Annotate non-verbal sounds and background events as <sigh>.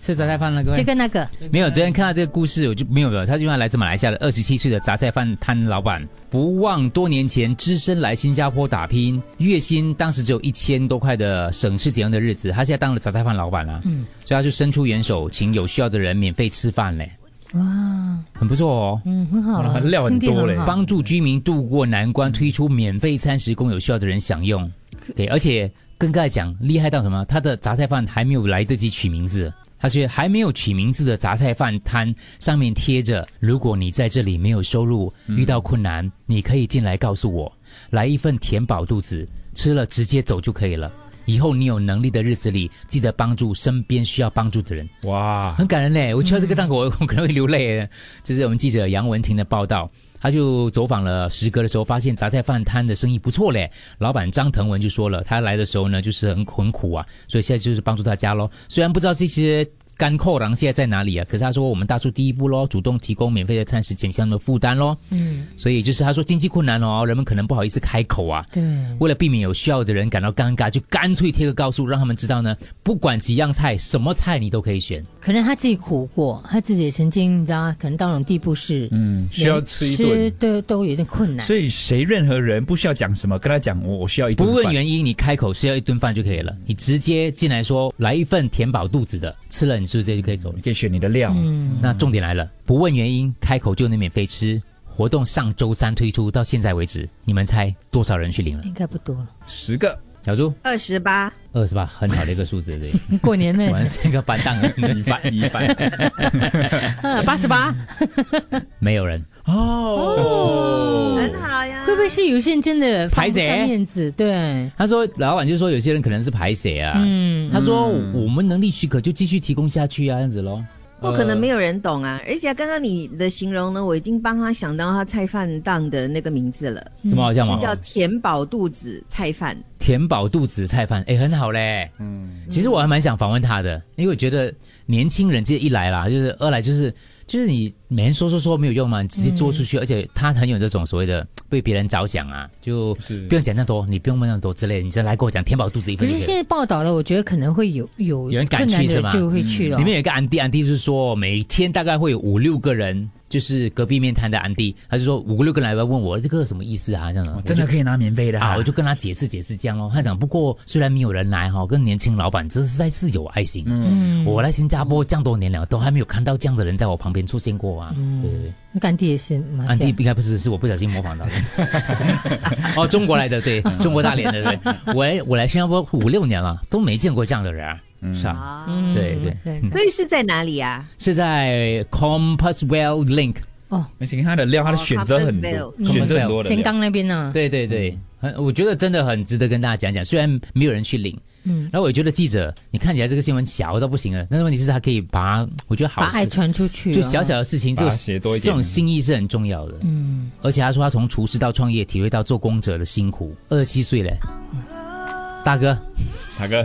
是杂菜饭了，各位。就跟那个没有，昨天看到这个故事，我就没有了。他原来来自马来西亚的二十七岁的杂菜饭摊老板，不忘多年前只身来新加坡打拼，月薪当时只有一千多块的省吃俭用的日子，他现在当了杂菜饭老板了。嗯，所以他就伸出援手，请有需要的人免费吃饭嘞，哇，很不错哦。嗯，很好了，料很心地多嘞好帮助居民渡过难关，推出免费餐食供有需要的人享 <laughs> 用。对，而且跟刚才讲厉害到什么？他的杂菜饭还没有来得及取名字，他是还没有取名字的杂菜饭摊上面贴着：如果你在这里没有收入，嗯遇到困难，你可以进来告诉我，来一份填饱肚子，吃了直接走就可以了。以后你有能力的日子里，记得帮助身边需要帮助的人。哇，很感人嘞！我听到这个档口， <laughs> 我我可能会流泪。这是我们记者杨文婷的报道，他就走访了石哥的时候，发现杂菜饭摊的生意不错嘞。老板张腾文就说了，他来的时候呢，就是很很苦啊，所以现在就是帮助大家咯。虽然不知道这些干扣郎现在在哪里啊，可是他说我们大出第一步咯，主动提供免费的餐食，减轻他们的负担咯。嗯，所以就是他说经济困难哦，人们可能不好意思开口啊，对，为了避免有需要的人感到尴尬，就干脆贴个告诉，让他们知道呢，不管几样菜，什么菜你都可以选。可能他自己苦过，他自己也曾经你知道，可能到那种地步是，嗯，需要吃一顿都都有点困难。所以谁任何人不需要讲什么，跟他讲我我需要一顿不饭问原因，你开口是要一顿饭就可以了。你直接进来说来一份填饱肚子的，吃了你是不是就可以走了你？可以选你的料。那重点来了，不问原因，开口就能免费吃。活动上周三推出，到现在为止，你们猜多少人去领了？应该不多 <laughs> 了，十个，小猪二十八，二十八，很好的一个数字，对，过年呢果，然是一个板凳人，一半一 <laughs> 半。啊八十八，嗯没有人。哦，很好呀。会不会是有些人真的放排不贼啊下面子？对，他说，老板就说有些人可能是排谁啊，嗯，他说我们能力许可就继续提供下去啊，这样子咯。我哦可能没有人懂啊，而且刚刚你的形容呢，我已经帮他想到他菜饭档的那个名字了，什么好像吗就？叫填饱肚子菜饭。填饱肚子菜饭，哎，很好嘞。嗯，其实我还蛮想访问他的，因为我觉得年轻人这一来啦，就是二来就是就是你每天说说说没有用嘛，你直接做出去，而且他很有这种所谓的为别人着想啊，就是不用讲那么多，你不用问那么多之类的，你再来跟我讲填饱肚子一可份 <laughs> 是就可以现在报道了，我觉得可能会有有有人敢困难去是的吗就会去了里。面有一个安迪，安迪就是说每天大概会有五六个人，就是隔壁面摊的安迪，他就说五六个人来问我这个什么意思啊这样的，哦真的可以拿免费的啊，我就跟他解释解释这样咯。他讲，不过虽然没有人来哈，跟年轻老板这实在是有爱心。嗯，我来新加坡这样多年了，都还没有看到这样的人在我旁边出现过啊。对对对，甘地也是马安来迪西亚应该不是，是我不小心模 <laughs> 仿到的。哦，中国来的，对中国大连的，对。我来我来新加坡五六年了，都没见过这样的人啊，是啊，啊，对对，嗯所以是在哪里啊呀、是在 Compasswell Link。而且他的料，他的选择很哦多， ，Compassville 选择很多的新料。港那边啊呢，对对对，嗯很，我觉得真的很值得跟大家讲讲，虽然没有人去领。嗯，然后我觉得记者，你看起来这个新闻小到不行啊了，但是问题是他可以把，我觉得把好爱事，传出去了，啊就小小的事情，这把个它写多一这点种心意是很重要的。嗯，而且他说他从厨师到创业，体会到做工者的辛苦。二十七岁嘞，大哥，大哥，